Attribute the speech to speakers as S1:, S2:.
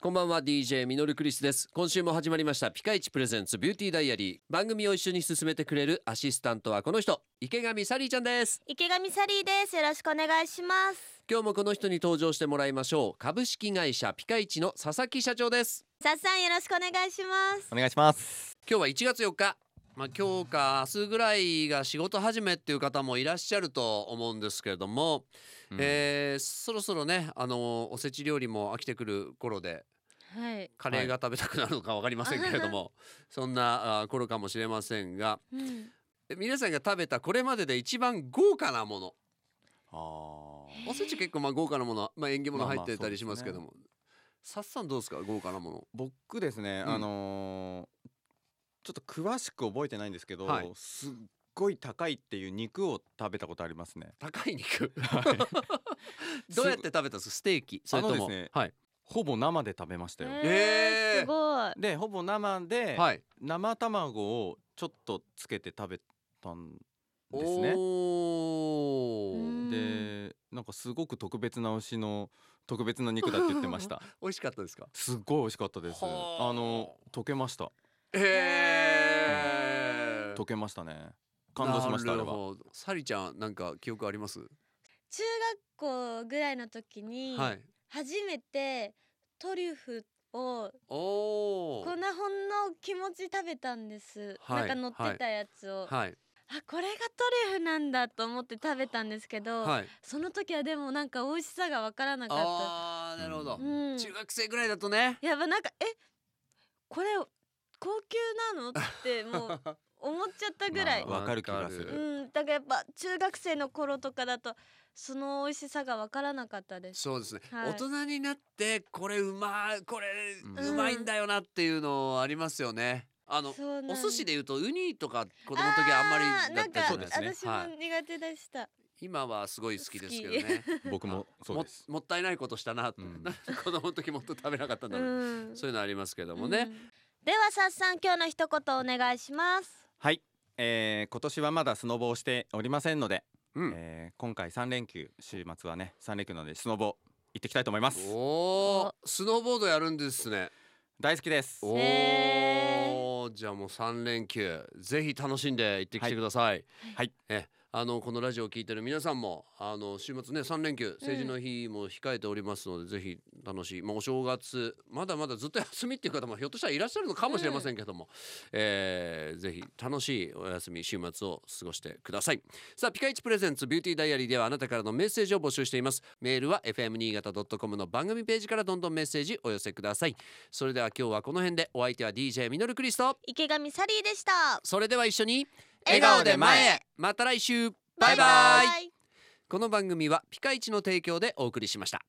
S1: こんばんは DJ ミノルクリスです今週も始まりましたピカイチプレゼンツビューティーダイアリー番組を一緒に進めてくれるアシスタントはこの人池上サリーちゃんです
S2: 池上サリーですよろしくお願いします
S1: 今日もこの人に登場してもらいましょう株式会社ピカイチの佐々木社長です
S2: さっさんよろしくお願いします
S3: お願いします
S1: 今日は1月4日まあ今日か明日ぐらいが仕事始めっていう方もいらっしゃると思うんですけれども、
S3: うん
S1: えーそろそろねあのおせち料理も飽きてくる頃で
S2: はい、
S1: カレーが食べたくなるのか分かりませんけれども、そんなあ頃かもしれませんが
S2: うん、
S1: え皆さんが食べたこれまでで一番豪華なもの
S3: あー
S1: おせち結構まあ豪華なもの、まあ、縁起物
S3: まあ
S1: 入
S3: まあ
S1: ってたりしますけども、さっさんどうですか豪華なもの
S3: 僕ですね、
S1: うん
S3: あのーちょっと詳しく覚えてないんですけど、
S1: はい
S3: すっごい高いっていう肉を食べたことありますね
S1: 高い肉 どうやって食べたんですかステーキそれとも
S3: あのですね
S1: はい
S3: ほぼ生で食べましたよ、
S1: えー
S2: すごい
S3: でほぼ生で、
S1: はい
S3: 生卵をちょっとつけて食べたんですね
S1: お
S2: うん
S1: ー
S3: でなんかすごく特別な牛の特別な肉だって言ってました
S1: 美味しかったですか
S3: すっごい美味しかったです
S1: はー
S3: あの溶けました
S1: えー
S3: 溶けましたね感動しましたあ
S1: なる
S3: れは
S1: ほどサリちゃんなんか記憶あります
S2: 中学校ぐらいの時に、
S1: はい
S2: 初めてトリュフを
S1: おー
S2: 粉ほんの気持ち食べたんです、
S1: はい
S2: なんか乗ってたやつを、
S1: はい
S2: あこれがトリュフなんだと思って食べたんですけど、
S1: はい
S2: その時はでもなんか美味しさがわからなかっ
S1: あーなるほど
S2: た、うん、
S1: 中学生ぐらいだとね
S2: やっぱなんかえこれ高級なのってもう思っちゃった ぐらい、
S3: まあわかる気がす
S1: わ
S3: る
S1: かる
S2: うんだからやっぱ中学生の頃とかだとその美味しさがわからなかったです
S1: そうですね、
S2: はい
S1: 大人になってこれうまいこれ
S3: うん
S1: うまいんだよなっていうのありますよね、あの
S2: そうなん
S1: お寿司でいうとウニとか子
S2: 子
S1: 供の時はあんまりだったじゃ
S3: そう
S1: な
S3: で
S1: い
S3: すね
S2: 私も苦手でした、
S1: 今はすごい好きですけどね
S3: 僕も そうです
S1: ももったいないことしたなって、
S3: うん
S1: 子供の時もっと食べなかったんだ
S2: う
S1: ろう、
S2: ん
S1: そういうのありますけど
S2: う
S1: もね、
S2: んではさっさん今日の一言お願いします
S3: はい、えー、今年はまだスノボをしておりませんので、
S1: うん
S3: えー今回3連休週末はね3連休なのでスノボ行ってきたいと思います
S1: おースノーボードやるんですね
S3: 大好きです
S1: お
S2: へ
S1: おーじゃあもう三連休ぜひ楽しんで行ってきてください。
S3: はい
S1: えあのこのラジオを聞いてる皆さんもあの週末ね三連休成人の日も控えておりますので、ぜひ楽しい、まあ、お正月まだまだずっと休みっていう方もひょっとしたらいらっしゃるのかもしれませんけども、えーぜひ楽しいお休み週末を過ごしてください。さあピカイチプレゼンツビューティーダイアリーではあなたからのメッセージを募集していますメールは fm 新潟 .com の番組ページからどんどんメッセージお寄せくださいそれでは今日はこの辺でお相手は DJ ミノルクリスト
S2: 池上サリーでした
S1: それでは一緒に
S2: 笑顔で前
S3: へ
S1: また来週バイバイこの番組はピカイチの提供でお送りしました